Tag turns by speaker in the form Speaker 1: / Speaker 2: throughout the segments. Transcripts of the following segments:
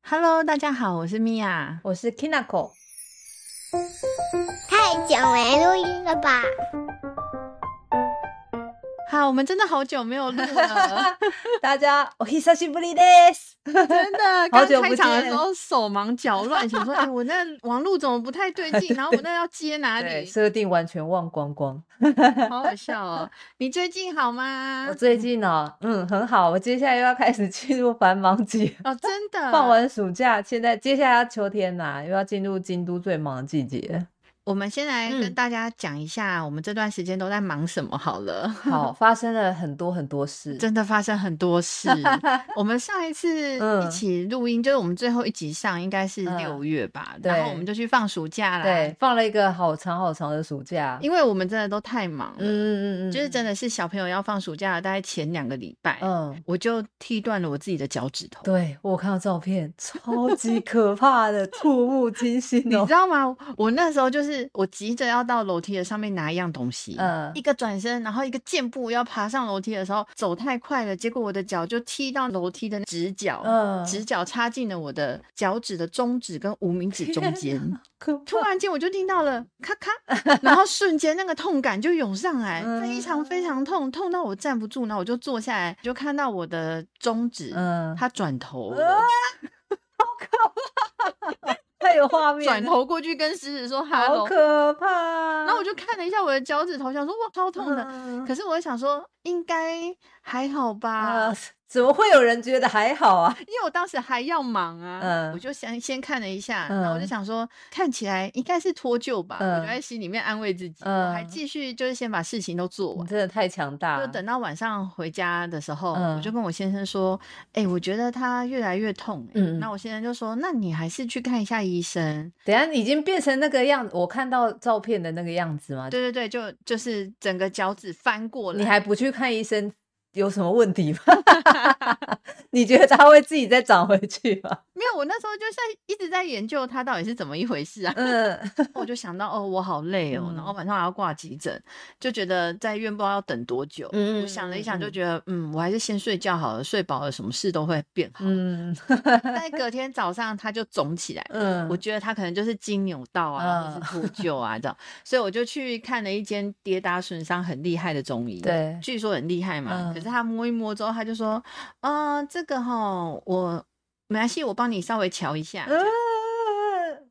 Speaker 1: Hello，大家好，我是米娅。
Speaker 2: 我是 Kinako。
Speaker 3: 太久没录音了吧？
Speaker 1: 好，我们真的好久没有录了，
Speaker 2: 大家，我 h i s a s h i b r i d s
Speaker 1: 真 的。
Speaker 2: 好
Speaker 1: 刚
Speaker 2: 久不
Speaker 1: 开场的
Speaker 2: 见
Speaker 1: 时候手忙脚乱，想说，哎、我那网络怎么不太对 劲？然后我那要接哪
Speaker 2: 对，
Speaker 1: 里？
Speaker 2: 设定完全忘光光。
Speaker 1: 好好笑哦。你最近好 吗
Speaker 2: 我？最近呢、嗯，很好，我接下来又要开始进入繁忙季。
Speaker 1: 哦，真的。
Speaker 2: 放完暑假，现在接下来要秋天啦、又要进入京都最忙的 季节。
Speaker 1: 我们先来跟
Speaker 2: 嗯
Speaker 1: 大家讲一下，我们这段时间都在忙什么好了。
Speaker 2: 好，发生了很多很多事。
Speaker 1: 真的发生很多 事。我们上一次一
Speaker 2: 嗯
Speaker 1: 起录音，就是我们最后一集上应该是六月吧，
Speaker 2: 对
Speaker 1: 然后我们就去放暑假啦。
Speaker 2: 对，，放了一个好长好长的暑假。
Speaker 1: 啊因为我们真的都太忙了，
Speaker 2: 嗯嗯嗯，
Speaker 1: 就是真
Speaker 2: 的，
Speaker 1: 的是小朋友要放暑假了，大概前两个礼拜，
Speaker 2: 嗯，
Speaker 1: 我就剃断了我自己的脚趾头。
Speaker 2: 对我有看到照片，超级可 怕的，触目惊心
Speaker 1: 你
Speaker 2: 哦
Speaker 1: 知。道吗？我那时候就是我急着要到楼梯的上面拿一样东西，
Speaker 2: 嗯
Speaker 1: 一个转身，然后一个箭步要爬上楼梯的时候，走太快了，结果我的脚就踢到楼梯的直角，
Speaker 2: 嗯，
Speaker 1: 直角插进了我的脚趾的中指跟无名指中 间，
Speaker 2: 可
Speaker 1: 突然间我就听到 了咔咔，然后瞬间那个痛感就涌上来，
Speaker 2: 嗯
Speaker 1: 非常非常痛，痛到我站不住，然后我就坐下来，就看到我的中指，
Speaker 2: 嗯，
Speaker 1: 它转头了，
Speaker 2: 呃 太有画面了，
Speaker 1: 转头过去跟狮子说哈
Speaker 2: 好
Speaker 1: 喽，
Speaker 2: 可怕。
Speaker 1: 然后我就看了一下我的脚趾头，想说哇超痛的，
Speaker 2: 嗯
Speaker 1: 可是我想说应该还好吧，
Speaker 2: 啊，怎么会有人觉得还好 啊？
Speaker 1: 因为我当时还要忙啊，
Speaker 2: 嗯
Speaker 1: 我就先先看了一下，然后我就
Speaker 2: 嗯
Speaker 1: 想说，看起来应该是脱臼吧，我就
Speaker 2: 嗯
Speaker 1: 在心里面安慰自己，我还
Speaker 2: 嗯
Speaker 1: 继续就是先把事情都做
Speaker 2: 你
Speaker 1: 完。
Speaker 2: 真的太强大
Speaker 1: 就
Speaker 2: 了。
Speaker 1: 等到晚上回家的时候，我
Speaker 2: 啊嗯
Speaker 1: 就跟我先生说：“哎、我觉得他越来越痛、欸。”
Speaker 2: 嗯嗯
Speaker 1: 那我先生就说：“那你还是去看一下医生。
Speaker 2: 等一下已经变成那个样子，我看到照片的那个样子”吗？
Speaker 1: 对对对，就就是整个脚趾翻过来，
Speaker 2: 你还不去看医生，有什么问 题吗？ 你觉得它会自己再长回去 吗？
Speaker 1: 没有？我那时候就在一直在研究他到底是怎么一回事啊。
Speaker 2: 嗯，
Speaker 1: 我就想到哦，我好累哦，然后晚上还要挂急诊，就觉得在院不知道要等多久。
Speaker 2: 嗯
Speaker 1: 我想了一想，就
Speaker 2: 嗯
Speaker 1: 觉得嗯，我还是先睡觉好了，睡饱了什么事都会变好。
Speaker 2: 嗯
Speaker 1: 但隔天早上它就肿起来。
Speaker 2: 嗯，
Speaker 1: 我觉得它可能就是筋扭到啊，或
Speaker 2: 嗯
Speaker 1: 是脱臼啊，这样，所以我就去看了一间跌打损伤很厉害的中医。
Speaker 2: 对
Speaker 1: 据说很厉害嘛。
Speaker 2: 嗯
Speaker 1: 可是他摸一摸之后，他就说：“嗯、这个哈，我没关系，我帮你稍微瞧一
Speaker 2: 啊
Speaker 1: 下。”
Speaker 2: 嗯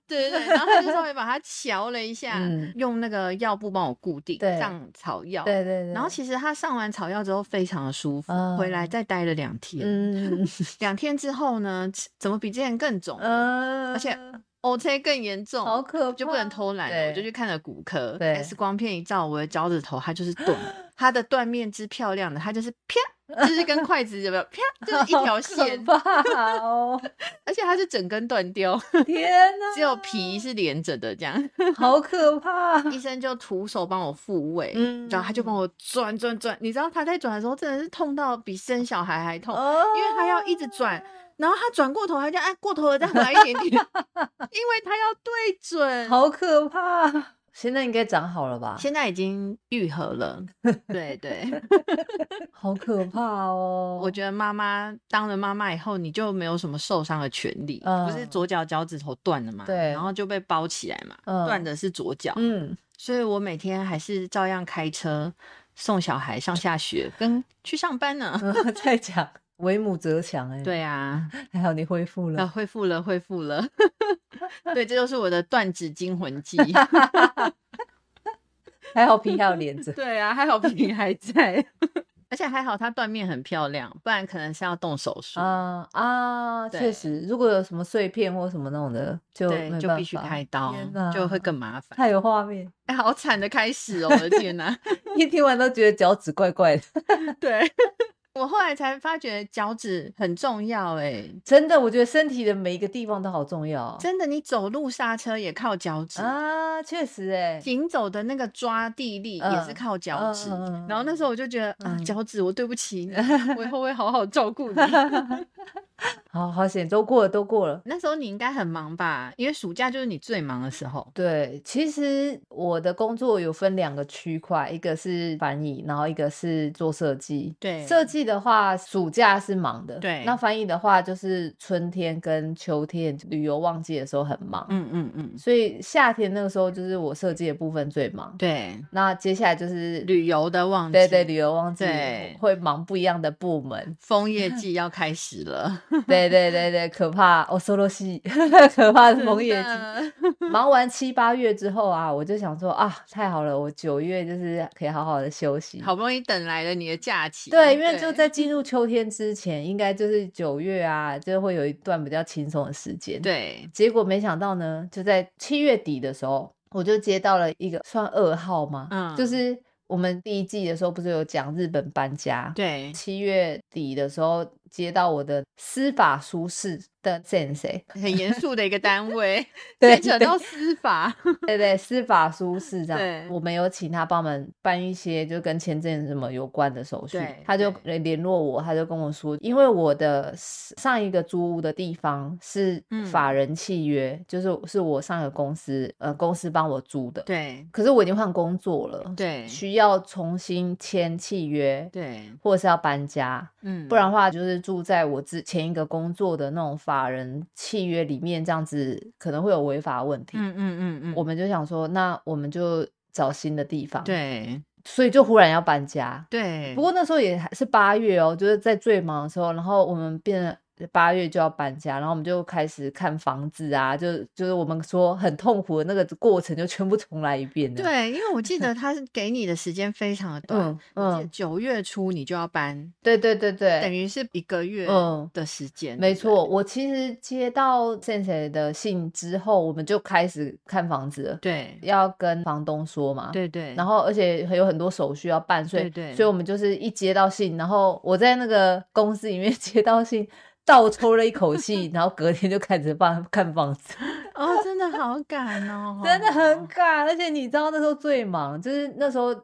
Speaker 1: 对对对，然后他就稍微把它瞧了一下，
Speaker 2: 嗯
Speaker 1: 用那个药布帮我固定，
Speaker 2: 对
Speaker 1: 上草药。
Speaker 2: 对对对，
Speaker 1: 然后其实他上完草药之后非常的舒服，
Speaker 2: 嗯
Speaker 1: 回来再待了两天。
Speaker 2: 嗯
Speaker 1: 两天之后呢，怎么比之前更肿
Speaker 2: 嗯，
Speaker 1: 而且？OK 更严重，
Speaker 2: 好可怕，
Speaker 1: 就不能 偷懒了，
Speaker 2: 对
Speaker 1: 我就去看了骨科。
Speaker 2: 对
Speaker 1: X 光片一照，我的脚趾头它就是断了， 它的断面之漂亮的，它就是啪，就是跟筷子有没有啪，就是一条线，
Speaker 2: 好可怕 哦！
Speaker 1: 而且它是整根断掉，
Speaker 2: 天哪，
Speaker 1: 只有皮是连着的这 样。
Speaker 2: 好可怕。
Speaker 1: 医生就徒手帮我复位，
Speaker 2: 嗯
Speaker 1: 然后他就帮我转转转，你知道他在转的时候真的是痛到比生小孩还痛，
Speaker 2: 哦
Speaker 1: 因为他要一直转，然后他转过头，他就按过头了再回来一点 点，因为他要对准。
Speaker 2: 好 可怕！现在应该长好了吧？
Speaker 1: 现在已经愈合 了，对对，
Speaker 2: 好可怕哦！
Speaker 1: 我觉得妈妈当了妈妈以后，你就没有什么受伤的权利，不是
Speaker 2: 嗯
Speaker 1: 左脚脚趾头断了嘛，
Speaker 2: 对
Speaker 1: 然后就被包起来嘛，
Speaker 2: 嗯
Speaker 1: 断的是左脚，
Speaker 2: 嗯，
Speaker 1: 所以我每天还是照样开车送小孩上下学，跟去上班呢。
Speaker 2: 嗯再讲为母则强哎、，
Speaker 1: 对啊，
Speaker 2: 还好你恢复
Speaker 1: 啊，
Speaker 2: 了。
Speaker 1: 恢复了，恢复 了。对，这就是我的断指惊魂记。，
Speaker 2: 还好皮还有连着
Speaker 1: 对啊，还好皮还 在，而且还好它断面很漂亮，不然可能是要动手术。
Speaker 2: 啊啊，
Speaker 1: 对
Speaker 2: 确实，如果有什么碎片或什么那种的，就
Speaker 1: 对，
Speaker 2: 没
Speaker 1: 就
Speaker 2: 办
Speaker 1: 必须
Speaker 2: 法
Speaker 1: 开刀
Speaker 2: 天，哪
Speaker 1: 就会更麻烦。
Speaker 2: 太有 画面，
Speaker 1: 哎，好惨的开始哦！我的天 哪、
Speaker 2: 一听完都觉得脚趾怪怪的。
Speaker 1: 对 我后来才发觉脚趾很重要、哎，
Speaker 2: 真的，我觉得身体的每一个地方都好重要哦
Speaker 1: 真的，你走路刹车也靠脚趾
Speaker 2: 啊，确实哎、
Speaker 1: 行走的那个抓地力也是
Speaker 2: 嗯
Speaker 1: 靠脚趾。
Speaker 2: 嗯嗯嗯
Speaker 1: 然后那时候我就觉得、啊，
Speaker 2: 嗯
Speaker 1: 脚趾，我对不起你，我以后会好好照顾你。
Speaker 2: 好好险，都过了，都过了。
Speaker 1: 那时候你应该很忙吧？因为暑假就是你最忙的时候。
Speaker 2: 对，其实我的工作有分两个区块，一个是翻译，然后一个是做设计。
Speaker 1: 对
Speaker 2: 设计的话，暑假是忙的，
Speaker 1: 对
Speaker 2: 那翻译的话，就是春天跟秋天旅游旺季的时候很忙，
Speaker 1: 嗯嗯嗯，
Speaker 2: 所以夏天那个时候就是我设计的部分最忙。
Speaker 1: 对，
Speaker 2: 那接下来就是
Speaker 1: 旅游的旺季，
Speaker 2: 对对，旅游旺季
Speaker 1: 对。
Speaker 2: 会忙不一样的部门
Speaker 1: 枫叶季要开始了，
Speaker 2: 对对对对，可怕哦，solo 戏， 可怕的 枫叶季。
Speaker 1: 真的
Speaker 2: 忙完七八月之后啊，我就想说啊，太好了，我九月就是可以好好的休 息。
Speaker 1: 好不容易等来了你的假期。
Speaker 2: 对，因为就在进入秋天之前，应该就是九月啊，就会有一段比较轻松的时间。，
Speaker 1: 对
Speaker 2: 结果没想到呢，就在七月底的时候，我就接到了一个算噩耗吗？
Speaker 1: 嗯
Speaker 2: 就是我们第一季的时候不是有讲日本搬家？
Speaker 1: 对
Speaker 2: 七月底的时候接到我的司法书适的 sensei，
Speaker 1: 对，很严肃的一个单 位，
Speaker 2: 对
Speaker 1: 牵扯
Speaker 2: 对
Speaker 1: 到司 法。
Speaker 2: 对对，司法书适这
Speaker 1: 对
Speaker 2: 样，我们有请他帮我们办一些就跟签证什么有关的手续
Speaker 1: 对，
Speaker 2: 他就联联络我，他就跟我说，因为我的上一个租屋的地方是
Speaker 1: 嗯
Speaker 2: 法人契约，就是是我上个公司呃公司帮我租的，
Speaker 1: 对
Speaker 2: 可是我已经换工作了，
Speaker 1: 对
Speaker 2: 需要重新签契约，
Speaker 1: 对，
Speaker 2: 或者是要搬家，
Speaker 1: 嗯，
Speaker 2: 不然的话，就是住在我之前一个工作的那种法人契约里面，这样子可能会有违法问题。
Speaker 1: 嗯嗯嗯嗯，
Speaker 2: 我们就想说，那我们就找新的地方。，
Speaker 1: 对
Speaker 2: 所以就忽然要搬家。
Speaker 1: 对，
Speaker 2: 不过那时候也还是八月哦，就是在最忙的时候，然后我们变得八月就要搬家，然后我们就开始看房子啊，就就是我们说很痛苦的那个过程，就全部重来一遍这样。
Speaker 1: 对，因为我记 得他是给你的时间非常的短
Speaker 2: 嗯，
Speaker 1: 我记得
Speaker 2: 嗯，
Speaker 1: 九月初你就要搬，
Speaker 2: 对对对对，
Speaker 1: 等于是一个月
Speaker 2: 嗯
Speaker 1: 的时间，对
Speaker 2: 没
Speaker 1: 不
Speaker 2: 错，我其实接到 Sense 的信之后，我们就开始看房子了，
Speaker 1: 对，
Speaker 2: 要跟房东说嘛。。
Speaker 1: 对对对，
Speaker 2: 然
Speaker 1: 后
Speaker 2: 后，而且还有很多手续要办，所以，
Speaker 1: 对对
Speaker 2: 所以我们就是一接到信，然后我在那个公司里面 接到信，倒抽了 一口气，然后隔天就开始放看房子，，
Speaker 1: 哦，真的好赶哦
Speaker 2: 真的很赶。而且你知道那时候最忙，就是那时候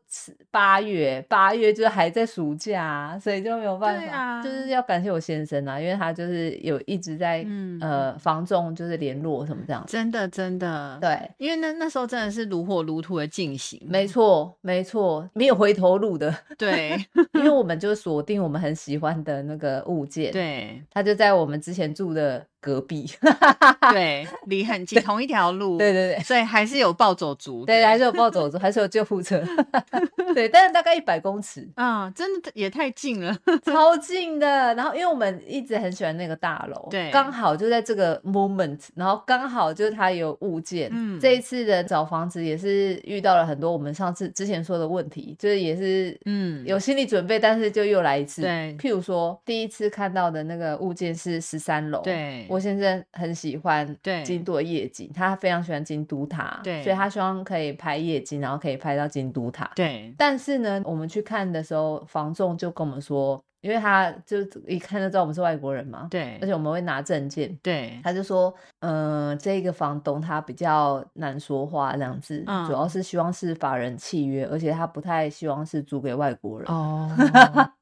Speaker 2: 八月，八月就是还在暑假啊、所以就没有办
Speaker 1: 对
Speaker 2: 法，
Speaker 1: 啊
Speaker 2: 就是要感谢我先生啊，因为他就是有一直在
Speaker 1: 嗯
Speaker 2: 呃房仲就是联络什么这样子。
Speaker 1: 真的真的，，
Speaker 2: 对，
Speaker 1: 因为那那时候真的是如火如荼的进行，
Speaker 2: 没错，没错，没有回头路的，
Speaker 1: 对
Speaker 2: 因为我们就锁定我们很喜欢的那个物件，，
Speaker 1: 对
Speaker 2: 它就在我们之前住的隔壁，
Speaker 1: 对，离很近，同一条路，
Speaker 2: 对对对。
Speaker 1: 所以还是有暴走族，
Speaker 2: 对，还是有暴走族，还是有救护车， 对，但是大概一百公尺，
Speaker 1: 啊，真的也太近了，
Speaker 2: 超近的。然后，因为我们一直很喜欢那个大楼，
Speaker 1: 对
Speaker 2: 刚好就在这个 moment，然后刚好就是它有物件。
Speaker 1: 嗯
Speaker 2: 这一次的找房子也是遇到了很多我们上次之前说的问题，就是也是
Speaker 1: 嗯，
Speaker 2: 有心理准备，但是就又来一次。
Speaker 1: 对
Speaker 2: 譬如说第一次看到的那个物件是十三楼，，
Speaker 1: 对，
Speaker 2: 我先生很喜欢
Speaker 1: 嗯对
Speaker 2: 京都的夜景，他非常喜欢京都塔，
Speaker 1: 对
Speaker 2: 所以他希望可以拍夜景，然后可以拍到京都塔。
Speaker 1: 对
Speaker 2: 但是呢，我们去看的时候，房仲就跟我们说，因为他就一看就知道我们是外国人嘛，
Speaker 1: 对
Speaker 2: 而且我们会拿证件，
Speaker 1: 对
Speaker 2: 他就说，嗯、这个房东他比较难说话这样子，
Speaker 1: 嗯
Speaker 2: 主要是希望是法人契约，而且他不太希望是租给外国人。
Speaker 1: 哦，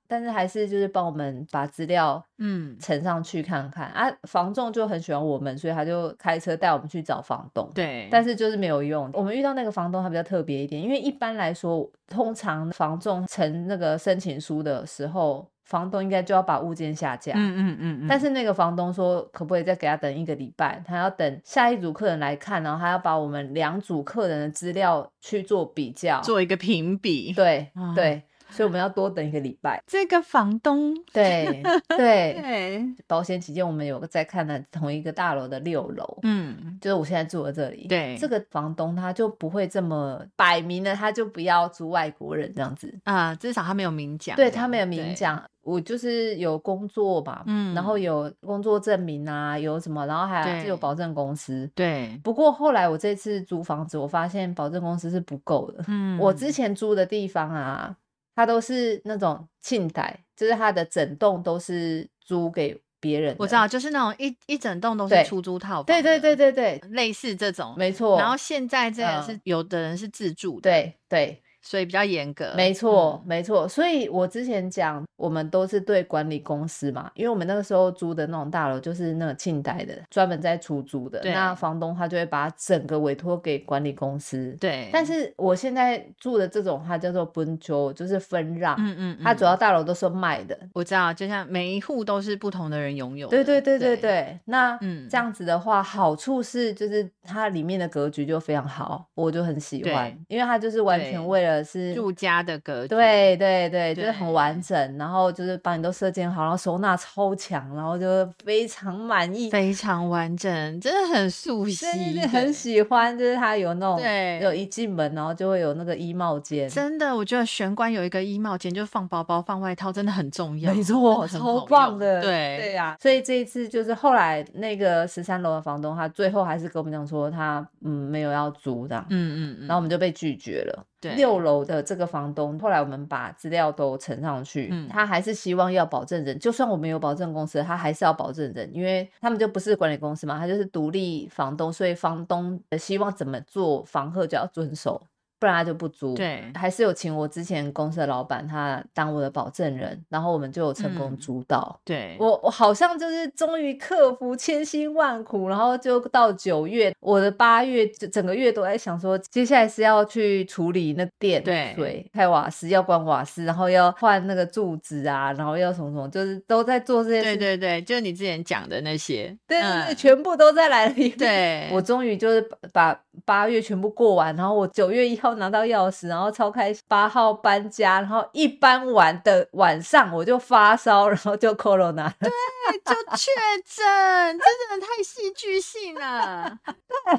Speaker 2: 但是还是就是帮我们把资料
Speaker 1: 嗯，
Speaker 2: 呈上去看看啊，房仲就很喜欢我们，所以他就开车带我们去找房东。
Speaker 1: 对，
Speaker 2: 但
Speaker 1: 是
Speaker 2: 是就是没有用。我们遇到那个房东，他比较特别一点，因为一般来说，通常房仲呈那个申请书的时候，房东应该就要把物件下架。
Speaker 1: 嗯嗯嗯嗯，
Speaker 2: 但是那个房东说，可不可以再给他等一个礼拜？他要等下一组客人来看，然后他要把我们两组客人的资料去做比较。
Speaker 1: 做一个评比，
Speaker 2: 对、
Speaker 1: 啊。
Speaker 2: 对，所以我们要多等一个礼拜
Speaker 1: 这个房东，
Speaker 2: 对对，
Speaker 1: 对，
Speaker 2: 保险期间我们有个在看的同一个大楼的六楼，
Speaker 1: 嗯，
Speaker 2: 就是我现在住的这里，
Speaker 1: 对
Speaker 2: 这个房东他就不会这么摆明了，他就不要租外国人这样子，
Speaker 1: 啊、至少他没有明讲这
Speaker 2: 对
Speaker 1: 样，
Speaker 2: 他没有明
Speaker 1: 对，
Speaker 2: 讲。我就是有工作嘛，
Speaker 1: 嗯
Speaker 2: 然后有工作证明啊，有什么，然后还
Speaker 1: 对
Speaker 2: 有保证公司。
Speaker 1: 对，
Speaker 2: 不过后来我这次租房子，我发现保证公司是不够的。
Speaker 1: 嗯，
Speaker 2: 我之前租的地方啊，它都是那种庆台，就是它的整栋都是租给别人。
Speaker 1: 我知道，，就是那种一一整栋都是
Speaker 2: 对
Speaker 1: 出租套房，
Speaker 2: 对对对，对对，
Speaker 1: 类似这种，
Speaker 2: 没错。
Speaker 1: 然后现在这也
Speaker 2: 嗯
Speaker 1: 是、有的人是自住的，
Speaker 2: 对对，
Speaker 1: 所以比较严格。
Speaker 2: 没错，
Speaker 1: 嗯
Speaker 2: 没错。所以我之前讲，我们都是对管理公司嘛，因为我们那个时候租的那种大楼就是那个庆代的，专门在出租的。
Speaker 1: 对
Speaker 2: 那房东他就会把整个委托给管理公司
Speaker 1: 嗯，。对，
Speaker 2: 但是我现在住的这种，它叫做 b u n j o 就是分让。
Speaker 1: 嗯嗯，
Speaker 2: 它
Speaker 1: 嗯
Speaker 2: 主要大楼都是卖的，
Speaker 1: 我知道，就像每一户都是不同的人拥有的。
Speaker 2: 对对对对
Speaker 1: 对
Speaker 2: 对。，那
Speaker 1: 嗯
Speaker 2: 这样子的话，好处是就是它里面的格局就非常好，我就很喜欢
Speaker 1: 对，
Speaker 2: 因为它就是完
Speaker 1: 对
Speaker 2: 全为了是
Speaker 1: 住家的格局。
Speaker 2: 对对对，就是很
Speaker 1: 对
Speaker 2: 完整，然后就是把你都设计好，然后收纳超强，然后就非常满意。
Speaker 1: 非常完整，真的很熟悉，
Speaker 2: 对对对，很
Speaker 1: 对
Speaker 2: 喜欢，就是它有那种，
Speaker 1: 对
Speaker 2: 有一进门然后就会有那个衣帽间，
Speaker 1: 真的，我觉得玄关有一个衣帽间，就是放包包、放外套，真的很重要。
Speaker 2: 没错，
Speaker 1: 真的很
Speaker 2: 超
Speaker 1: 好
Speaker 2: 棒
Speaker 1: 用
Speaker 2: 的，
Speaker 1: 对
Speaker 2: 对呀、所以这一次就是后来那个十三楼的房东，他最后还是跟我们讲说他嗯没有要租的，
Speaker 1: 嗯嗯嗯。
Speaker 2: 然后我们就被拒绝了。
Speaker 1: 对
Speaker 2: 六楼的这个房东，后来我们把资料都呈上去，
Speaker 1: 嗯
Speaker 2: 他还是希望要保证人，就算我们有保证公司，他还是要保证人，因为他们就不是管理公司嘛，他就是独立房东，所以房东呃希望怎么做，房客就要遵守，不然他就不租。
Speaker 1: 对
Speaker 2: 还是有请我之前公司的老板，他当我的保证人，然后我们就有成功
Speaker 1: 嗯
Speaker 2: 租到。
Speaker 1: 对，
Speaker 2: 我我好像就是终于克服千辛万苦，然后就到九月，我的八月就整个月都在想说，接下来是要去处理那电
Speaker 1: 对
Speaker 2: 水、开瓦斯，要关瓦斯，然后要换那个柱子啊，然后要什么什么，就是都在做这些事
Speaker 1: 对
Speaker 2: 情。
Speaker 1: 对对，就是你之前讲的那些，
Speaker 2: 对对
Speaker 1: 嗯
Speaker 2: 对全部都再来了一遍。
Speaker 1: 对
Speaker 2: 我终于就是把把八月全部过完，然后我九月一号拿到钥匙，然后超开心。八号搬家，然后一搬完的晚上我就发烧，然后就 corona 了。
Speaker 1: 就 确诊，这真的太戏剧性了。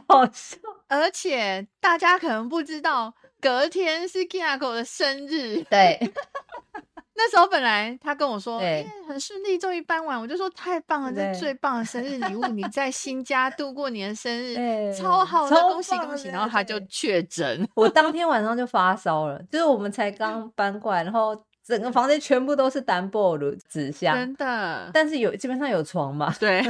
Speaker 2: 好笑。
Speaker 1: 而且大家可能不知道，隔天是 Kinako 的生日。
Speaker 2: 对，
Speaker 1: 那时候本来他跟我说，
Speaker 2: 对
Speaker 1: 耶很顺利，终于搬完，我就说太棒了，这
Speaker 2: 对
Speaker 1: 是最棒的生日礼物，你在新家度过你的生
Speaker 2: 对
Speaker 1: 日，超好的，
Speaker 2: 哎超
Speaker 1: 恭喜
Speaker 2: 棒
Speaker 1: 恭喜！
Speaker 2: 的
Speaker 1: 然后他就
Speaker 2: 对
Speaker 1: 确诊，
Speaker 2: 我当天晚上就发烧了，就是我们才 刚搬过来，然后整个房间全部都是单薄的纸箱
Speaker 1: 真，的，
Speaker 2: 但是有基本上有床嘛，
Speaker 1: 对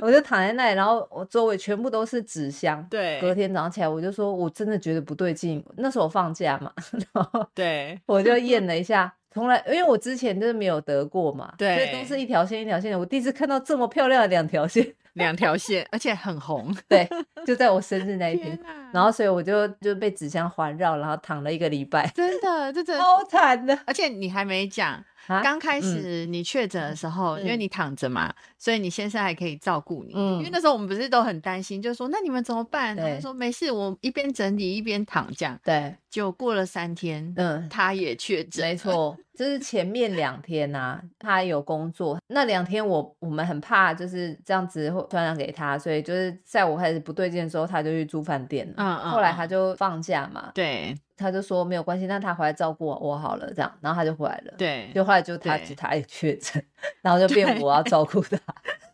Speaker 2: 我就躺在那里，然后我周围全部都是纸箱。隔
Speaker 1: 对
Speaker 2: 天早上起来，我就说我真的觉得不对劲，那时候我放假嘛， 然后
Speaker 1: 对
Speaker 2: 我就验了一下。从来，因为我之前就是没有得过嘛，
Speaker 1: 对
Speaker 2: 所以都是一条线一条线的。我第一次看到这么漂亮的两条线，
Speaker 1: 两条线，而且很红，
Speaker 2: 对，就在我生日那一天
Speaker 1: 天，哪！
Speaker 2: 然后所以我就就被纸箱环绕，然后躺了一个 礼拜，
Speaker 1: 真的，这真的，
Speaker 2: 超惨的。
Speaker 1: 而且你还没讲，
Speaker 2: 啊
Speaker 1: 刚开始你确诊的时候，因为
Speaker 2: 嗯
Speaker 1: 你躺着嘛，所以你先生还可以照顾你。因为
Speaker 2: 嗯
Speaker 1: 那时候我们不是都很担心，就说那你们怎么办？他
Speaker 2: 对
Speaker 1: 就说没事，我一边整理一边躺这样。
Speaker 2: 对，
Speaker 1: 就过了三天，
Speaker 2: 嗯，
Speaker 1: 他也确诊，
Speaker 2: 没，错，就是前面两天呐、他有工作，那两天我我们很怕就是这样子会传染给他，所以就是在我开始不对劲的时候，他就去住饭店了。
Speaker 1: 嗯嗯
Speaker 2: 后来
Speaker 1: 嗯
Speaker 2: 他就放假嘛，
Speaker 1: 对
Speaker 2: 他就说没有关系，那他回来照顾我我好了这样，然后他就回来了。，
Speaker 1: 对，
Speaker 2: 就后来就他
Speaker 1: 对
Speaker 2: 他也确诊，然后就变
Speaker 1: 对
Speaker 2: 我要照顾他，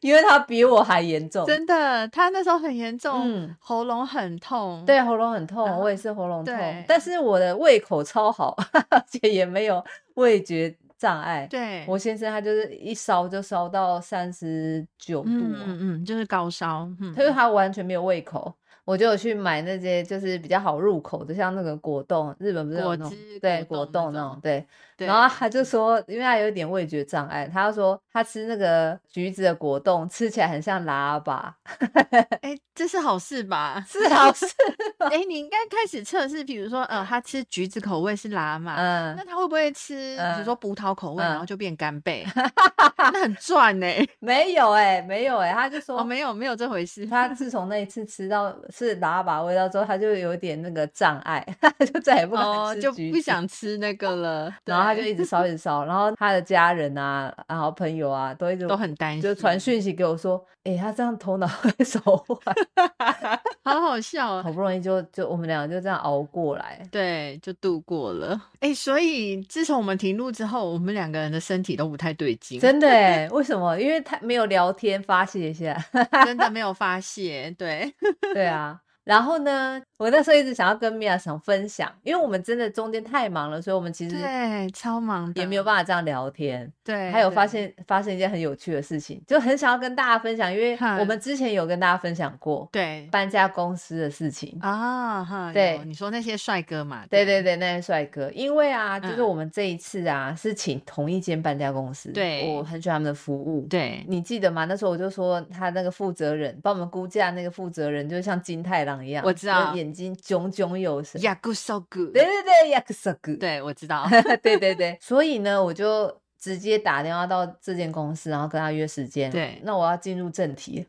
Speaker 2: 因为他比我还严重。
Speaker 1: 真的，哦他那时候很严重，
Speaker 2: 嗯，
Speaker 1: 喉咙很痛，
Speaker 2: 对，喉咙很痛，
Speaker 1: 然后
Speaker 2: 我也是喉咙痛
Speaker 1: 对，
Speaker 2: 但是我的胃口超好，而且也没有味觉障碍。
Speaker 1: 对，
Speaker 2: 我先生他就是一烧就烧到三十九度
Speaker 1: 嗯
Speaker 2: 啊，
Speaker 1: 嗯嗯，就是高烧，嗯
Speaker 2: 他，说他完全没有胃口。我就有去买那些就是比较好入口的，像那个果冻，日本不是有
Speaker 1: 果
Speaker 2: 那种
Speaker 1: 汁
Speaker 2: 对
Speaker 1: 果
Speaker 2: 果
Speaker 1: 冻
Speaker 2: 冻
Speaker 1: 那
Speaker 2: 那
Speaker 1: 种
Speaker 2: 种对，
Speaker 1: 对
Speaker 2: 然后他就说，因为他有一点味觉障碍，他就说他吃那个橘子的果冻吃起来很像喇叭，
Speaker 1: 哎，这是好事吧？
Speaker 2: 是好啊吃，
Speaker 1: 哎，你应该开始测试，比如说，呃，他吃橘子口味是辣嘛，
Speaker 2: 嗯
Speaker 1: 啊那，他会不会吃，比如
Speaker 2: 嗯
Speaker 1: 说葡萄口味，
Speaker 2: 嗯
Speaker 1: 然后就变干 贝？那很赚呢。
Speaker 2: 没有哎、没有哎、他就说
Speaker 1: 哦，没有没有这回事，
Speaker 2: 他自从那一次吃到是喇叭味道之后，他就有点那个障碍，他就再也不
Speaker 1: 哦
Speaker 2: 敢吃
Speaker 1: 就
Speaker 2: 橘
Speaker 1: 不
Speaker 2: 子。
Speaker 1: 想吃那个 了，
Speaker 2: 然后他就
Speaker 1: 对
Speaker 2: 一直烧，一直烧。然后他的家人啊，然后朋友啊，都一直
Speaker 1: 都很担心，
Speaker 2: 就传讯息给我说：“哎、他这样头脑 会手坏。
Speaker 1: 好好笑”啊
Speaker 2: 好。不容易就就我们两个就这样熬过来。
Speaker 1: 对，就度过了。哎、所以自从我们停录之后，我们两个人的身体都不太对劲，
Speaker 2: 真的哎、为什么？因为他没有聊天发泄一下。
Speaker 1: 真的没有发泄。对，
Speaker 2: 对啊，然后呢，我那时候一直想要跟米娅想分享，因为我们真的中间太忙了，所以我们其实
Speaker 1: 对，啊超忙的，
Speaker 2: 也没有办法这样聊天。
Speaker 1: 对，
Speaker 2: 还有
Speaker 1: 对
Speaker 2: 发现发生一件很有趣的事情，就很想要跟大家分享，因为
Speaker 1: 哈
Speaker 2: 我们之前有跟大家分享过
Speaker 1: 对
Speaker 2: 搬家公司的事情。
Speaker 1: 啊哈，
Speaker 2: 对
Speaker 1: 有你说那些帅哥嘛，
Speaker 2: 对对对，那些帅哥，因为啊，就是
Speaker 1: 嗯
Speaker 2: 我们这一次啊，是请同一间搬家公司，
Speaker 1: 对
Speaker 2: 我很喜欢他们的服务。
Speaker 1: 对
Speaker 2: 你记得吗？那时候我就说他那个负责人帮我们估价，那个负责人就像金太郎一样，
Speaker 1: 我知道
Speaker 2: 就是眼睛炯炯有神。
Speaker 1: ，Yeah good so good，
Speaker 2: 对对对，亚克萨古。
Speaker 1: 对我知 道，
Speaker 2: 对对对，所以呢，我就直接打电话到这间公司，然后跟他约时间。
Speaker 1: 对
Speaker 2: 那我要进入正 题，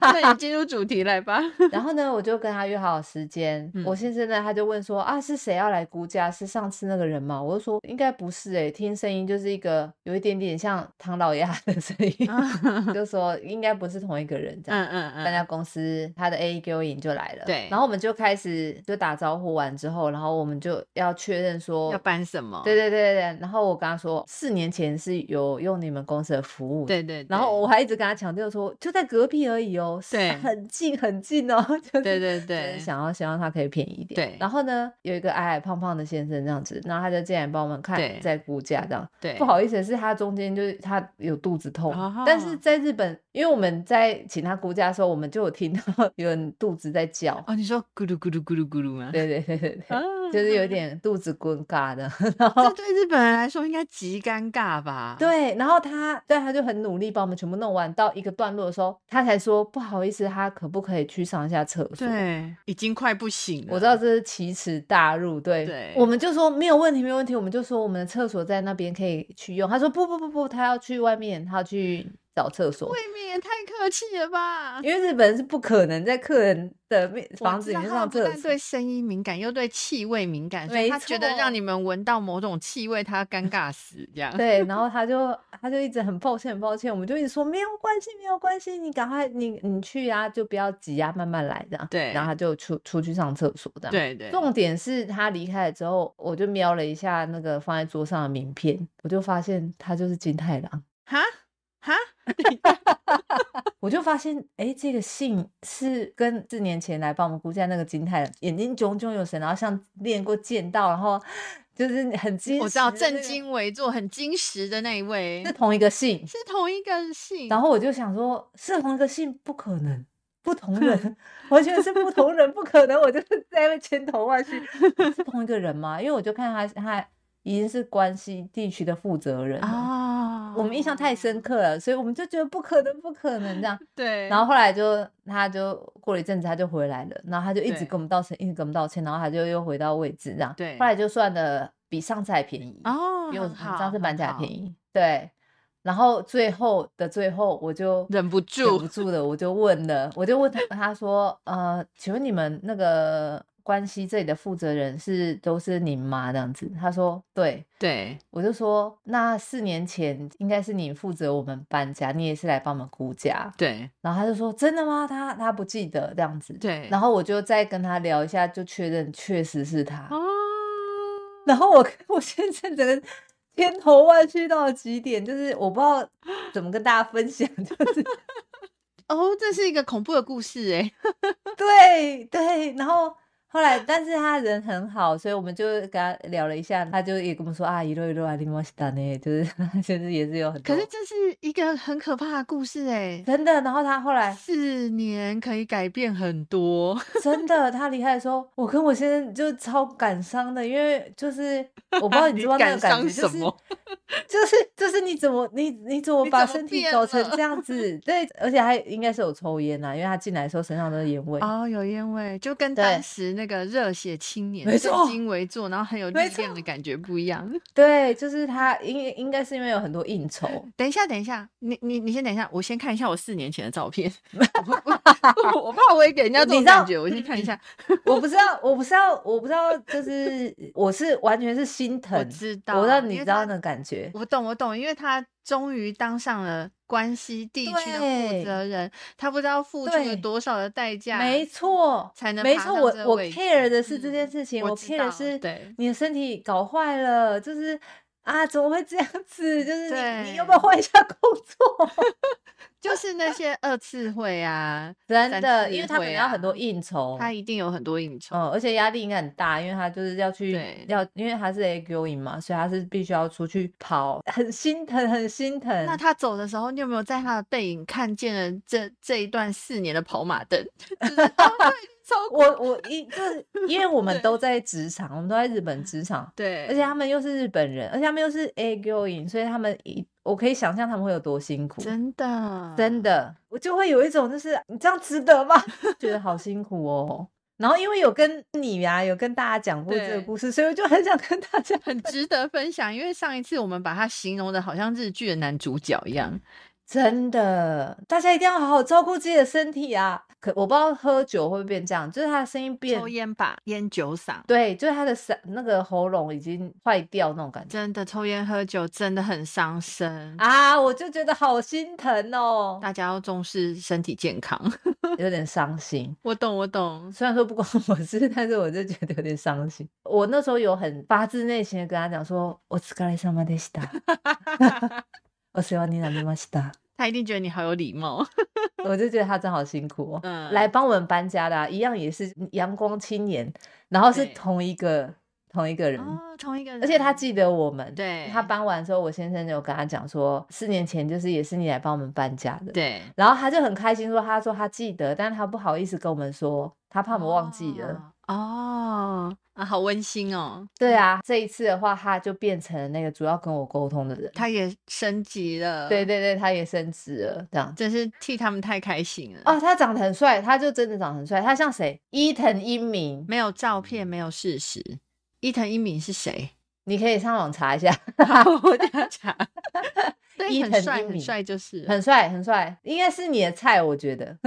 Speaker 1: 那你进入主题来 吧。
Speaker 2: 然后呢，我就跟他约好时间。我
Speaker 1: 嗯
Speaker 2: 先生呢，他就问说啊，是谁要来估价？是上次那个人吗？我就说应该不是诶、听声音就是一个有一点点像唐老鸭的声音，
Speaker 1: 嗯
Speaker 2: 就说应该不是同一个人这样。
Speaker 1: 嗯嗯，
Speaker 2: 搬家公司他的 A E Q 影就来了，
Speaker 1: 对
Speaker 2: 然后我们就开始就打招呼完之后，然后我们就要确认说
Speaker 1: 要搬什么？
Speaker 2: 对对对对对，然后我跟他说，四年前是有用你们公司的服务的。
Speaker 1: 对对，
Speaker 2: 然后
Speaker 1: 对
Speaker 2: 我还一直跟他强调说，就在隔壁而已哦，是
Speaker 1: 对
Speaker 2: 很近很近哦， 就是
Speaker 1: 对 对
Speaker 2: 真的
Speaker 1: 对，
Speaker 2: 想要希望他可以便宜一点。
Speaker 1: 对
Speaker 2: 然后呢，有一个矮矮胖胖的先生这样子，然后他就进来帮我们看
Speaker 1: 对
Speaker 2: 在估价这样。
Speaker 1: 对，
Speaker 2: 不好意思，是他中间就是他有肚子痛，
Speaker 1: 哦
Speaker 2: 但是在日本，因为我们在请他估价的时候，我们就有听到 有人肚子在叫，
Speaker 1: 哦，你说咕噜咕噜咕噜咕噜吗？
Speaker 2: 对对对对 对，
Speaker 1: 啊，
Speaker 2: 就是有点肚子滚嘎的， 然后
Speaker 1: 这对日本人来说应该极尴尬吧？，
Speaker 2: 对，然后他对他就很努力把我们全部弄完，到一个段落的时候，他才说不好意思，他可不可以去上一下厕所？，
Speaker 1: 对，已经快不行了。
Speaker 2: 我知道这是奇耻大辱，对，
Speaker 1: 对
Speaker 2: 我们就说没有问题，没有问题，我们就说我们的厕所在那边可以去用。他说不不不不，他要去外面，他要去找厕所。
Speaker 1: 未免也太客气了 吧？
Speaker 2: 因为日本人是不可能在客人的面
Speaker 1: 啊我
Speaker 2: 房
Speaker 1: 知
Speaker 2: 子里
Speaker 1: 道
Speaker 2: 面
Speaker 1: 他们
Speaker 2: 上
Speaker 1: 不
Speaker 2: 厕
Speaker 1: 但
Speaker 2: 所，
Speaker 1: 对声音敏感，又对气味敏感，所
Speaker 2: 没
Speaker 1: 以他觉得
Speaker 2: 错
Speaker 1: 让你们闻到某种气味，他尴尬死 这样。
Speaker 2: 对，然后他就他就一直很抱歉，很抱歉，我们就一直说没有关系，没有关系，你赶快你你去啊，就不要急啊，慢慢来这样。
Speaker 1: 对
Speaker 2: 然后他就出出去上厕所这样。，
Speaker 1: 对对，
Speaker 2: 重点是他离开了之后，我就瞄了一下那个放在桌上的名片，我就发现他就是金太郎，
Speaker 1: 哈哈，
Speaker 2: 我就发现哎，这个姓是跟四年前来帮我们估价那个金太郎，眼睛炯炯有神，然后像练过剑道，然后就是很惊，
Speaker 1: 我知道
Speaker 2: 震
Speaker 1: 正，襟危坐、很矜持的那一位
Speaker 2: 是同一个姓。
Speaker 1: 是同一个姓，
Speaker 2: 然后我就想说，是同一个姓不可能，不同人， 完全是不同人，不可能。我就是在那边千头万 绪，是同一个人吗？因为我就看他，他已经是关西地区的负责人了。
Speaker 1: 啊，
Speaker 2: 我们印象太深刻了，所以我们就觉得不可能，不可能这样。
Speaker 1: 对，
Speaker 2: 然后后来就，他就过了一阵子，他就回来了，然后他就一直
Speaker 1: 对
Speaker 2: 跟我们道歉，一直跟我们道歉，然后他就又回到位置这样。
Speaker 1: 对
Speaker 2: 后来就算的比上次还便宜
Speaker 1: 哦，
Speaker 2: 因为
Speaker 1: 很
Speaker 2: 我我
Speaker 1: 好，
Speaker 2: 上次搬家
Speaker 1: 很
Speaker 2: 便
Speaker 1: 好，
Speaker 2: 宜，对。然后最后的最后，我就
Speaker 1: 忍不
Speaker 2: 忍
Speaker 1: 住
Speaker 2: 不住的，我就问了，我就问他，他说，呃，请问你们那个关系这里的负责人是都是您吗？这样子，他说对，
Speaker 1: 对
Speaker 2: 我就说那四年前应该是你负责我们搬家，你也是来帮我们估价，
Speaker 1: 对
Speaker 2: 然后他就说真的吗？他他不记得这样子，
Speaker 1: 对，
Speaker 2: 然
Speaker 1: 后
Speaker 2: 后我就再跟他聊一下，就确认确实是他，
Speaker 1: 哦，
Speaker 2: 然后我跟 我先生整个千头万绪到极点，就是我不知道怎么跟大家分享，就是
Speaker 1: 哦，这是一个恐怖的故事哎，
Speaker 2: 对对，然后后来，但是他人很好，所以我们就跟他聊了一下，他就也跟我们说啊，一路一路啊，你莫西达呢，就是 就是也是有很多，
Speaker 1: 可是这是一个很可怕的故事哎，
Speaker 2: 真的，然后他后来
Speaker 1: 四年可以改变很多，
Speaker 2: 真的，他离开的时候，我跟我先生就超感伤的，因为 就是我不知道你
Speaker 1: 你
Speaker 2: 知不知道那个
Speaker 1: 感
Speaker 2: 感
Speaker 1: 伤
Speaker 2: 觉，就
Speaker 1: 什
Speaker 2: 是
Speaker 1: 么
Speaker 2: 就是就是你怎么你你怎么
Speaker 1: 你
Speaker 2: 把
Speaker 1: 怎么
Speaker 2: 身体
Speaker 1: 变
Speaker 2: 搞成
Speaker 1: 了
Speaker 2: 这样子？对，而且还应该是有抽烟啊呐、因为他进来的时候身上都是烟味。
Speaker 1: 哦，有烟味，就跟
Speaker 2: 对
Speaker 1: 当时那个热血青年
Speaker 2: 没错
Speaker 1: 正襟危坐，然后很有
Speaker 2: 没
Speaker 1: 力量的
Speaker 2: 错
Speaker 1: 感觉不一样。
Speaker 2: 对，就是他应应该是因为有很多应 酬，
Speaker 1: 等一下，等一下，你你你先等一下，我先看一下我四年前的照 片，我我怕我也给人家这
Speaker 2: 你
Speaker 1: 种
Speaker 2: 知道
Speaker 1: 感觉，我先看一 下。
Speaker 2: 我不知道，我不知道，我不知道，就是我是完全是心疼，
Speaker 1: 我知道，
Speaker 2: 我让
Speaker 1: 因为
Speaker 2: 你知道
Speaker 1: 他
Speaker 2: 那个感觉，
Speaker 1: 我懂，我懂，因为他终于当上了关西地区的负
Speaker 2: 对
Speaker 1: 责人，他不知道付出了
Speaker 2: 对
Speaker 1: 多少的代价。
Speaker 2: 没错，
Speaker 1: 才啊能
Speaker 2: 没
Speaker 1: 爬
Speaker 2: 错，
Speaker 1: 上
Speaker 2: 我
Speaker 1: 这个
Speaker 2: 我
Speaker 1: 位置
Speaker 2: care 的是这件
Speaker 1: 嗯
Speaker 2: 事情，
Speaker 1: 我
Speaker 2: 我
Speaker 1: 知
Speaker 2: care 的
Speaker 1: 道
Speaker 2: 是
Speaker 1: 对
Speaker 2: 你的身体搞坏了，
Speaker 1: 嗯
Speaker 2: 就是啊，怎么会这样子？就是你你要不
Speaker 1: 对
Speaker 2: 要换一下工作？
Speaker 1: 就是那些二次会啊，
Speaker 2: 真
Speaker 1: 三
Speaker 2: 的，
Speaker 1: 次
Speaker 2: 因为他可
Speaker 1: 会
Speaker 2: 能要很
Speaker 1: 啊
Speaker 2: 多应酬，
Speaker 1: 他一定有很多应酬。
Speaker 2: 嗯，而且压力应该很大，因为他就是要去
Speaker 1: 对
Speaker 2: 要，因为他是 A Q 营嘛，所以他是必须要出去跑，很心疼，很心疼。
Speaker 1: 那他走的时候，你有没有在他的背影看见了这这一段四年的跑马灯？ 就是啊对超
Speaker 2: 我我一就是因为我们 都在职场，我们都在日本职场，
Speaker 1: 对，
Speaker 2: 而且他们又是日本人，而且他们又是 A Q 营，所以他们一我可以想象他们会有多辛苦，
Speaker 1: 真的
Speaker 2: 真的，我就会有一种就是你这样值得吗？ 觉得好辛苦哦。然后因为有跟你呀、有跟大家讲过这个
Speaker 1: 对
Speaker 2: 故事，所以我就很想跟大家
Speaker 1: 很值得分享，因为上一次我们把他形容的好像日剧的男主角一样，
Speaker 2: 真的，大家一定要好好照顾自己的身体啊！可我不知道喝酒会不会变这样，就是他的声音变
Speaker 1: 抽，烟吧，烟酒嗓，
Speaker 2: 对，就是他的嗓那个喉咙已经坏掉那种感觉
Speaker 1: 真的抽烟喝酒真的很伤身。
Speaker 2: 啊，我就觉得好心疼 哦，
Speaker 1: 大家要重视身体健康，
Speaker 2: 有点伤心。
Speaker 1: 我懂，我懂，
Speaker 2: 虽然说不关我事， 但是我就觉得有点伤心。我那时候有很发自内心的跟他讲说，我疲れ様でした。我世話になりました。
Speaker 1: 他一定觉得你好有礼貌。
Speaker 2: 我就觉得他真好辛苦哦。
Speaker 1: 嗯
Speaker 2: 来帮我们搬家的、啊，一样也是阳光青年，然后是
Speaker 1: 对
Speaker 2: 同一个同一个人，
Speaker 1: 哦，同一个人，
Speaker 2: 而且他记得我们。，
Speaker 1: 对
Speaker 2: 他搬完之后，我先生有跟他讲说，四年前就是也是你来帮我们搬家的。，
Speaker 1: 对，
Speaker 2: 然后他就很开心说，他说他记得，但他不好意思跟我们说，他怕我们忘记了。
Speaker 1: 哦哦啊，好温馨哦。
Speaker 2: 对啊，这一次的话，他就变成那个主要跟我沟通的人。
Speaker 1: 他也升级了，
Speaker 2: 对，对对，他也升职了，这样。
Speaker 1: 真是替他们太开心了。
Speaker 2: 哦，他长得很帅，他就真的长得很帅，他像谁？伊藤英明，
Speaker 1: 没有照片，没有事实。伊藤一敏是 谁？
Speaker 2: 你可以上网查一 下。
Speaker 1: 我等下 查。对，
Speaker 2: 伊
Speaker 1: 很
Speaker 2: 藤
Speaker 1: 帅，
Speaker 2: 英
Speaker 1: 很
Speaker 2: 明
Speaker 1: 帅就是了。
Speaker 2: 很帅，很帅，应该是你的菜，我觉得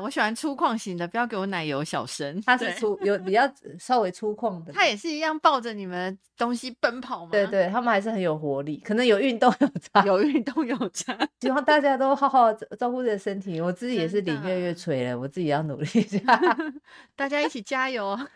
Speaker 1: 我喜欢粗犷型的，不要给我奶油小生。
Speaker 2: 他是
Speaker 1: 对，
Speaker 2: 粗有 比较稍微粗犷的，
Speaker 1: 他也是一样抱着你们的东西奔跑吗？
Speaker 2: 对，对，他们还是很有活力，可能有运动有 差。
Speaker 1: 有运动有差。
Speaker 2: 希望大家都好好照照顾自己的身体，我自己也是
Speaker 1: 真
Speaker 2: 脸越越
Speaker 1: 的
Speaker 2: 垂了，我自己要努力一下，
Speaker 1: 大家一起加油，哦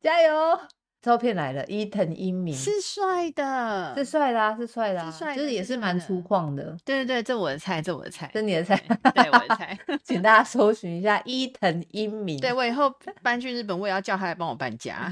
Speaker 2: 加油！照片来了，伊藤英明
Speaker 1: 是帅的，
Speaker 2: 是帅的啊，是帅的
Speaker 1: 嗯是
Speaker 2: 啊，
Speaker 1: 帅
Speaker 2: 就
Speaker 1: 的
Speaker 2: 是也
Speaker 1: 是
Speaker 2: 是
Speaker 1: 帅
Speaker 2: 蛮
Speaker 1: 的
Speaker 2: 粗犷的，
Speaker 1: 对对对，这我的菜，这我的菜，
Speaker 2: 是你的
Speaker 1: 对
Speaker 2: 菜，
Speaker 1: 对我的菜。
Speaker 2: 请大家搜寻一下伊藤英明。
Speaker 1: 对我以后搬去日本，我也要叫他来帮我搬家。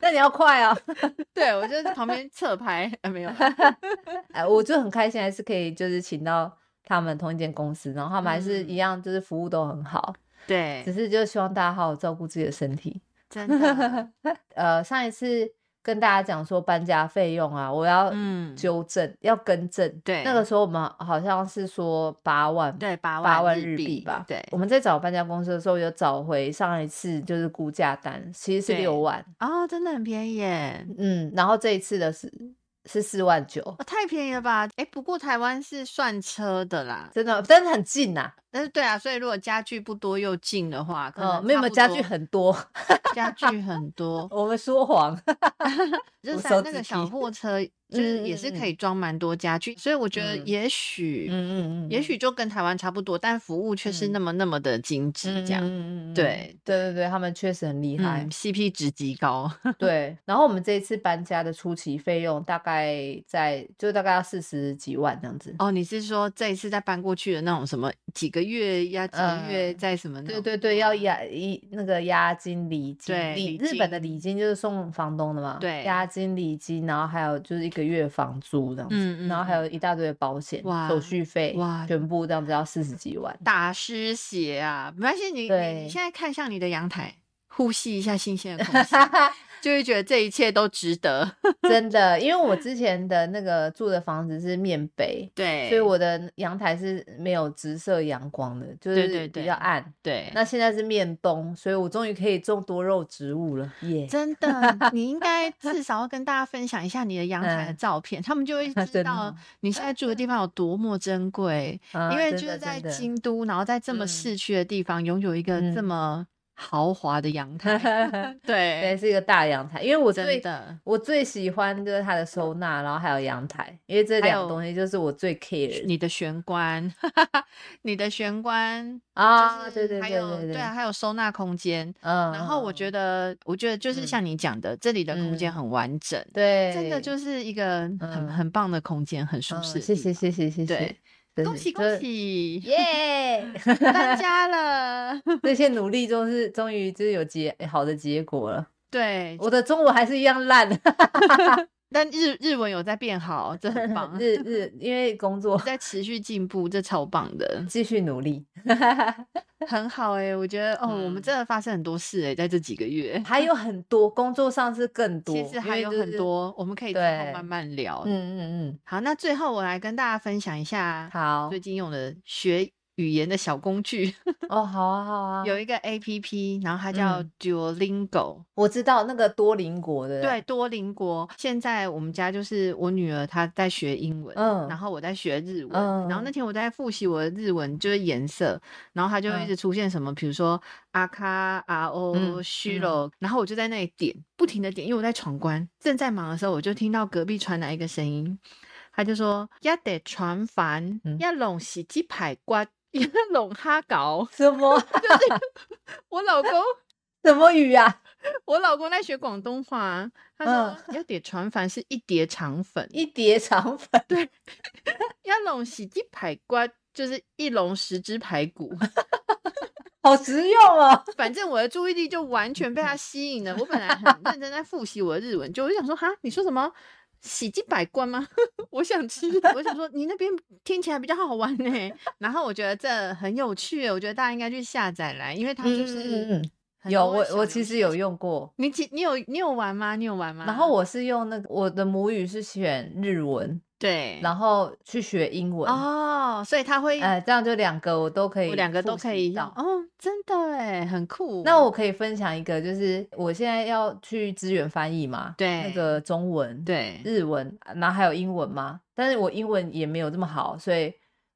Speaker 2: 那你要快哦。
Speaker 1: 对我就在旁边侧拍，呃，没有啦，
Speaker 2: 哎，我就很开心，还是可以就是请到他们同一间公司，然后他们还是
Speaker 1: 嗯
Speaker 2: 一样，就是服务都很好，
Speaker 1: 对
Speaker 2: 只，是就希望大家好好照顾自己的身体。
Speaker 1: 真 的，
Speaker 2: 呃，上一次跟大家讲说搬家费用啊，我要
Speaker 1: 嗯，
Speaker 2: 纠正，要更正。
Speaker 1: 对
Speaker 2: 那个时候我们好像是说八万，
Speaker 1: 对八
Speaker 2: 八
Speaker 1: 万
Speaker 2: 万日
Speaker 1: 币
Speaker 2: 吧。
Speaker 1: 对，
Speaker 2: 我们在找搬家公司的时候，有找回上一次就是估价单，其实是
Speaker 1: 对
Speaker 2: 六万，
Speaker 1: 哦，真的很便宜耶，
Speaker 2: 嗯，然后这一次的是是四万九。
Speaker 1: 哦，太便宜了吧？哎，不过台湾是算车的啦，
Speaker 2: 真的，真的很近呐、
Speaker 1: 但是对啊，所以如果家具不多又近的话，可
Speaker 2: 嗯，
Speaker 1: 能
Speaker 2: 没
Speaker 1: 差
Speaker 2: 有没有
Speaker 1: 不
Speaker 2: 家具
Speaker 1: 多
Speaker 2: 很多，，
Speaker 1: 家具很多
Speaker 2: 我们说谎，
Speaker 1: 就
Speaker 2: 我
Speaker 1: 是
Speaker 2: 手
Speaker 1: 那
Speaker 2: 指
Speaker 1: 个小
Speaker 2: 皮
Speaker 1: 货 车，就是也是
Speaker 2: 嗯嗯
Speaker 1: 可以装蛮多家具，所以我觉得
Speaker 2: 嗯
Speaker 1: 也许，
Speaker 2: 嗯嗯嗯，
Speaker 1: 也许就跟台湾差不多，但服务却是那么那么的精致，
Speaker 2: 嗯
Speaker 1: 这样，
Speaker 2: 嗯嗯嗯嗯
Speaker 1: 对
Speaker 2: 对对对，他们确实很厉害
Speaker 1: 嗯，，CP 值极高，
Speaker 2: 对。然后我们这一次搬家的初期费用大概在就大概要四十几万这样子，
Speaker 1: 哦，你是说这一次再搬过去的那种什么几个月呀，几个月
Speaker 2: 嗯
Speaker 1: 在什么那
Speaker 2: 对
Speaker 1: 种？
Speaker 2: 对对，要押一那个押金、礼金，
Speaker 1: 对礼
Speaker 2: 礼日本的
Speaker 1: 金
Speaker 2: 礼金就是送房东的嘛，
Speaker 1: 对
Speaker 2: 押金、礼金，然后还有就是一个月房租这样子，
Speaker 1: 嗯嗯
Speaker 2: 然后还有一大堆的保险、
Speaker 1: 哇
Speaker 2: 手续费，
Speaker 1: 哇
Speaker 2: 全部这样子要四十几万。
Speaker 1: 打湿鞋啊，没关系，你你
Speaker 2: 对
Speaker 1: 你现在看向你的阳台，呼吸一下新鲜的 空气，就会觉得这一切都值得。
Speaker 2: 真的，因为我之前的那个住的房子是面北，
Speaker 1: 对，
Speaker 2: 所以我的阳台是没有直射阳光的，就
Speaker 1: 对
Speaker 2: 是
Speaker 1: 对
Speaker 2: 比
Speaker 1: 对
Speaker 2: 较暗。
Speaker 1: 对，
Speaker 2: 那现在是面东，所以我终于可以种多肉植物了，耶、
Speaker 1: 真的，你应该至少要跟大家分享一下你的阳台的
Speaker 2: 嗯
Speaker 1: 照片，他们 就会知
Speaker 2: 真的
Speaker 1: 道
Speaker 2: 哦
Speaker 1: 你现在住的地方有多么珍 贵。
Speaker 2: 啊
Speaker 1: 因为就
Speaker 2: 真
Speaker 1: 是
Speaker 2: 的
Speaker 1: 在
Speaker 2: 真的
Speaker 1: 京都，然后在这么
Speaker 2: 嗯
Speaker 1: 市区的地方拥有一个这
Speaker 2: 嗯
Speaker 1: 么豪华的阳台， 对
Speaker 2: 对，是一个大阳台，因为我
Speaker 1: 真
Speaker 2: 最
Speaker 1: 的
Speaker 2: 我最喜欢就是它的收纳，然后还有阳台，因为这
Speaker 1: 还
Speaker 2: 两
Speaker 1: 有
Speaker 2: 个东西就是我最 care 的
Speaker 1: 你的玄关， 你的玄关
Speaker 2: 啊，
Speaker 1: 就是
Speaker 2: 对对
Speaker 1: 还
Speaker 2: 对
Speaker 1: 有
Speaker 2: 对
Speaker 1: 啊，，还有收纳空间。
Speaker 2: 嗯，
Speaker 1: 然后我觉得，我觉得就是
Speaker 2: 嗯
Speaker 1: 像你讲的，这里的空间
Speaker 2: 嗯
Speaker 1: 很完整，
Speaker 2: 对，
Speaker 1: 真的就是一个很
Speaker 2: 嗯
Speaker 1: 很棒的空间，很舒
Speaker 2: 嗯
Speaker 1: 适的地方。
Speaker 2: 谢谢谢谢谢谢，
Speaker 1: 对
Speaker 2: 真
Speaker 1: 恭
Speaker 2: 是
Speaker 1: 喜
Speaker 2: 就
Speaker 1: 恭
Speaker 2: 是
Speaker 1: 喜，
Speaker 2: 耶！
Speaker 1: 搬家 了。
Speaker 2: 这些努力终是终于就是有结好的结果了。
Speaker 1: 对，
Speaker 2: 我的中文还是一样烂，
Speaker 1: 但日日文有在变好，这很棒，
Speaker 2: 日日因为 工作，
Speaker 1: 在持续进步，这超棒的
Speaker 2: 继续努力。
Speaker 1: 很好哎、我觉得哦，我
Speaker 2: 嗯
Speaker 1: 们真的发生很多事哎、在这几个月，
Speaker 2: 还有很多工作上是更多，
Speaker 1: 其实还
Speaker 2: 因
Speaker 1: 有
Speaker 2: 为就是
Speaker 1: 很，多，我们可以之后
Speaker 2: 对
Speaker 1: 慢慢聊。
Speaker 2: 嗯嗯
Speaker 1: 好，那最后我来跟大家分享一下
Speaker 2: 嗯，好
Speaker 1: 最近用的学语言的小工具，
Speaker 2: 哦，好啊好啊，
Speaker 1: 有一个 A P P，然后它叫
Speaker 2: 嗯
Speaker 1: Duolingo，、
Speaker 2: 我知道那个多邻国的，
Speaker 1: 对，，多邻国。现在我们家就是我女儿她在学英文，
Speaker 2: 嗯
Speaker 1: 然后我在学日文，
Speaker 2: 嗯
Speaker 1: 然后那天我在复习我的日文，就是颜色，然后它就会一
Speaker 2: 嗯
Speaker 1: 直出现什么，比如说阿卡、阿欧、
Speaker 2: 嗯
Speaker 1: 虚柔，然后我就在那里点，不停的点，因为我在闯关，正在忙的时候，我就听到隔壁传来一个声音，他就说：“要得传烦
Speaker 2: 嗯，
Speaker 1: 要弄洗鸡排瓜，要弄哈搞。
Speaker 2: 什么”
Speaker 1: 我老公。
Speaker 2: 什么语啊？
Speaker 1: 我老公在学广东话啊，他说、
Speaker 2: 嗯
Speaker 1: 要点船帆是一碟肠粉，
Speaker 2: 一碟肠粉，
Speaker 1: 要笼洗鸡排骨就是一笼十只排骨。
Speaker 2: 好实用哦。
Speaker 1: 反正我的注意力就完全被他吸引了。我本来 很认真在复习我的日文，就我就想说哈，你说什么？洗鸡百官吗？ 我想吃，我想说你那边听起来比较好玩呢、然后我觉得这很有趣，我觉得大家应该去下载来，因为它就
Speaker 2: 嗯
Speaker 1: 是
Speaker 2: 嗯嗯，
Speaker 1: 很
Speaker 2: 有
Speaker 1: 多
Speaker 2: 我
Speaker 1: 小
Speaker 2: 我
Speaker 1: 游
Speaker 2: 其实
Speaker 1: 戏
Speaker 2: 有用过，
Speaker 1: 你其你有你有玩吗？你有玩吗？
Speaker 2: 然后我是用那个我的母语是选日文，
Speaker 1: 对，
Speaker 2: 然后去学英文，
Speaker 1: 哦，所以他会
Speaker 2: 哎，这样就两个我都可以，
Speaker 1: 我两个都可以用
Speaker 2: 到。
Speaker 1: 哦，真的哎，很酷。
Speaker 2: 那我可以分享一个，就是我现在要去支援翻译嘛，
Speaker 1: 对
Speaker 2: 那个中文，
Speaker 1: 对
Speaker 2: 日文，然后还有英文嘛。但是我英文也没有这么好，所以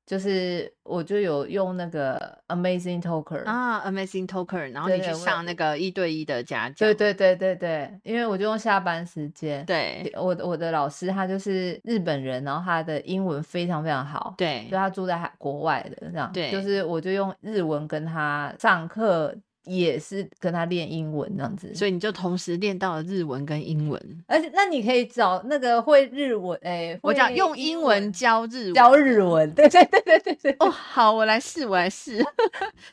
Speaker 2: 就是我就有用那个 Amazing Talker。
Speaker 1: 啊，Amazing Talker，然后
Speaker 2: 对
Speaker 1: 你去
Speaker 2: 对我
Speaker 1: 上那个一对一的家教，
Speaker 2: 对对对对对，因为我就用下班时间。，
Speaker 1: 对
Speaker 2: 我的我的老师他就是日本人，然后他的英文非常非常好。。
Speaker 1: 对
Speaker 2: 就他住在海国外的这样，
Speaker 1: 对
Speaker 2: 就是我就用日文跟他上课，也是跟他练英文这样子。
Speaker 1: 所以你就同时练到了日文跟英文。
Speaker 2: 而且，那你可以找那个会日文，哎、
Speaker 1: 我讲
Speaker 2: 会
Speaker 1: 用英文教日文，
Speaker 2: 教日文，对对对对对对，
Speaker 1: 哦，好，我来试，我来试，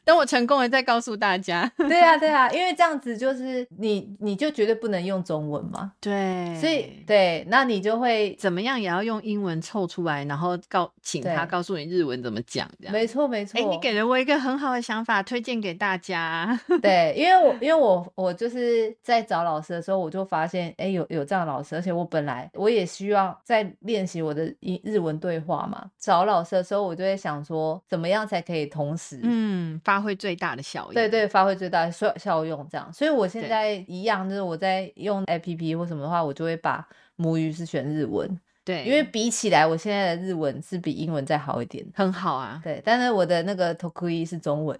Speaker 1: 等我成功了再告诉大家。
Speaker 2: 对啊对啊，因为这样子就是你你就绝对不能用中文嘛，
Speaker 1: 对
Speaker 2: 所以 对，那你就会
Speaker 1: 怎么样也要用英文凑出来，然后告请他
Speaker 2: 对
Speaker 1: 告诉你日文怎么讲，这样
Speaker 2: 没。错没错，嗯
Speaker 1: 哎，你给了我一个很好的想法，推荐给大家。
Speaker 2: 对，因为我因为我我就是在找老师的时候，我就发现哎、有有这样的老师，而且我本来我也需要在练习我的英日文对话嘛，找老师的时候，我就会想说怎么样才可以同时
Speaker 1: 嗯，发挥最大的效应。
Speaker 2: 对对，发挥最大的效效用，这样。所以我现
Speaker 1: 对
Speaker 2: 在一样，就是我在用 A P P 或什么的话，我就会把母语是选日文，
Speaker 1: 对，
Speaker 2: 因为比起来，我现在的日文是比英文再好一点。
Speaker 1: 很好啊，
Speaker 2: 对，但是我的那个 t o k u i 是中文，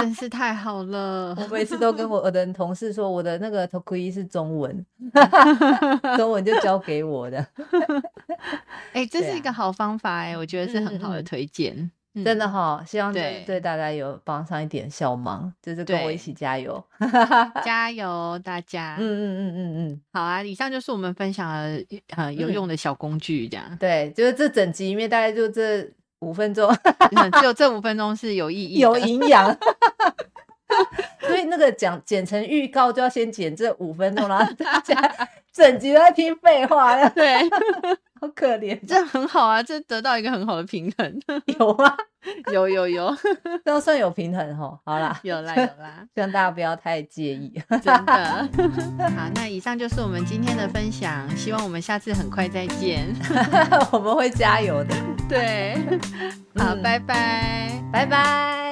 Speaker 1: 真是太好了。
Speaker 2: 我每次都跟我我的同事说，我的那个 t o k u i 是中 文，中文就交给我的，
Speaker 1: 嗯哎、这
Speaker 2: 对
Speaker 1: 是一
Speaker 2: 啊
Speaker 1: 个好方法哎、我觉得是很好
Speaker 2: 嗯嗯
Speaker 1: 的
Speaker 2: 嗯
Speaker 1: 推荐。嗯
Speaker 2: 真的哈、希望
Speaker 1: 对
Speaker 2: 对对大家有帮上一点小忙，就是跟我
Speaker 1: 对
Speaker 2: 一起加油。
Speaker 1: 嗯加油，大家！
Speaker 2: 嗯嗯嗯嗯嗯。
Speaker 1: 好啊，以上就是我们分享的呃有
Speaker 2: 嗯
Speaker 1: 用的小工具，这样、
Speaker 2: 对，就是这整集里面大概就这五分钟
Speaker 1: 嗯只有这五分钟是有意义的。
Speaker 2: 有营养， 所以那个讲剪成预告就要先剪这五分钟，然后大 家整集都在听废话，
Speaker 1: 对，
Speaker 2: 好可怜，这
Speaker 1: 这很好啊，这得到一个很好的平衡。
Speaker 2: 有吗？
Speaker 1: 有有有
Speaker 2: 这样算有平衡吼。好啦，
Speaker 1: 有啦有啦，
Speaker 2: 希望大家不要太介意。
Speaker 1: 真的。好，那以上就是我们今天的分享，希望我们下次很快再见。
Speaker 2: 我们会加油的，
Speaker 1: 对，好，
Speaker 2: 嗯
Speaker 1: 拜拜。
Speaker 2: 拜拜。